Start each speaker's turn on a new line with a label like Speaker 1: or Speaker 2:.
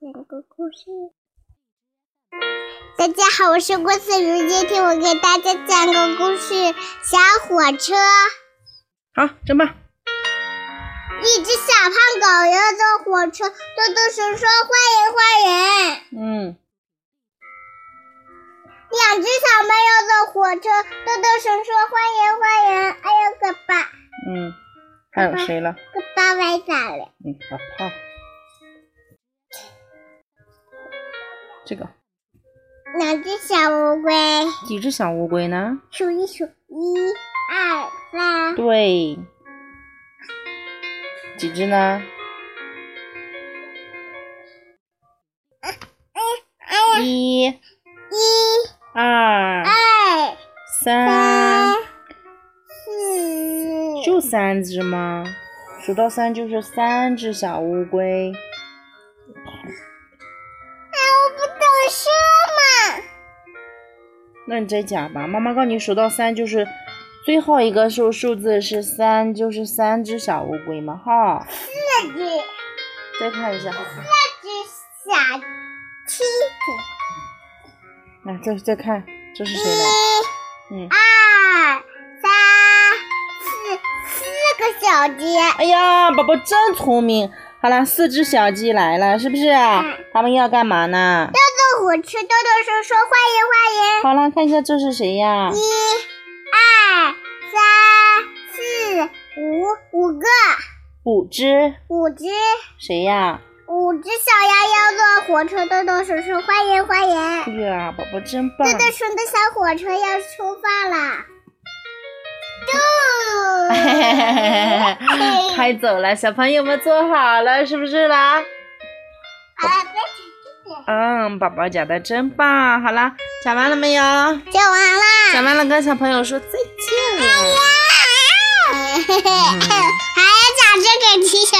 Speaker 1: 讲个故事。大家好，我是郭思如，今天我给大家讲个故事：小火车。
Speaker 2: 好，真棒！
Speaker 1: 一只小胖狗游着火车，嘟嘟声说：“欢迎，欢迎！”
Speaker 2: 嗯，
Speaker 1: 两只小妹游着火车，嘟嘟声说：“欢迎，欢迎！”哎呦，可把
Speaker 2: 嗯，还有谁了？
Speaker 1: 可把崴咋了？
Speaker 2: 嗯，小胖，这个
Speaker 1: 两只小乌龟，
Speaker 2: 几只小乌龟呢？
Speaker 1: 数一数，一、二、三，
Speaker 2: 对，几只呢？一、
Speaker 1: 一、
Speaker 2: 二、
Speaker 1: 二、
Speaker 2: 三
Speaker 1: 三，、四、
Speaker 2: 就三只吗？数到三就是三只小乌龟。
Speaker 1: 我不懂事嘛。
Speaker 2: 那你再讲吧，妈妈告诉你数到三就是最后一个数数字是三，就是三只小乌龟嘛，哈。
Speaker 1: 四只四
Speaker 2: 再看一下，
Speaker 1: 只小梯子，
Speaker 2: 那、再再看这是谁
Speaker 1: 一、
Speaker 2: 的？嗯，
Speaker 1: 二、三、四，四个小鸡。
Speaker 2: 哎呀，宝宝真聪明。好啦，四只小鸡来了，是不是？他们要干嘛呢？
Speaker 1: 坐火车，豆豆说说欢迎欢迎。
Speaker 2: 好啦，看一下这是谁呀？
Speaker 1: 一、二、三、四、五，五个，
Speaker 2: 五只，
Speaker 1: 五只，
Speaker 2: 谁呀？
Speaker 1: 五只小羊要坐火车，豆豆说说欢迎欢迎。
Speaker 2: 哎呀，宝宝真棒
Speaker 1: 这。个顺的小火车要出发了，
Speaker 2: 哎
Speaker 1: 嘟！
Speaker 2: 开走了，小朋友们坐好了，是不是啦？
Speaker 1: 啊，别吃这个，
Speaker 2: 嗯，宝宝讲的真棒。好啦，讲完了没有？
Speaker 1: 讲完啦。
Speaker 2: 讲完了，跟小朋友说再见了。
Speaker 1: 还要讲这个提醒。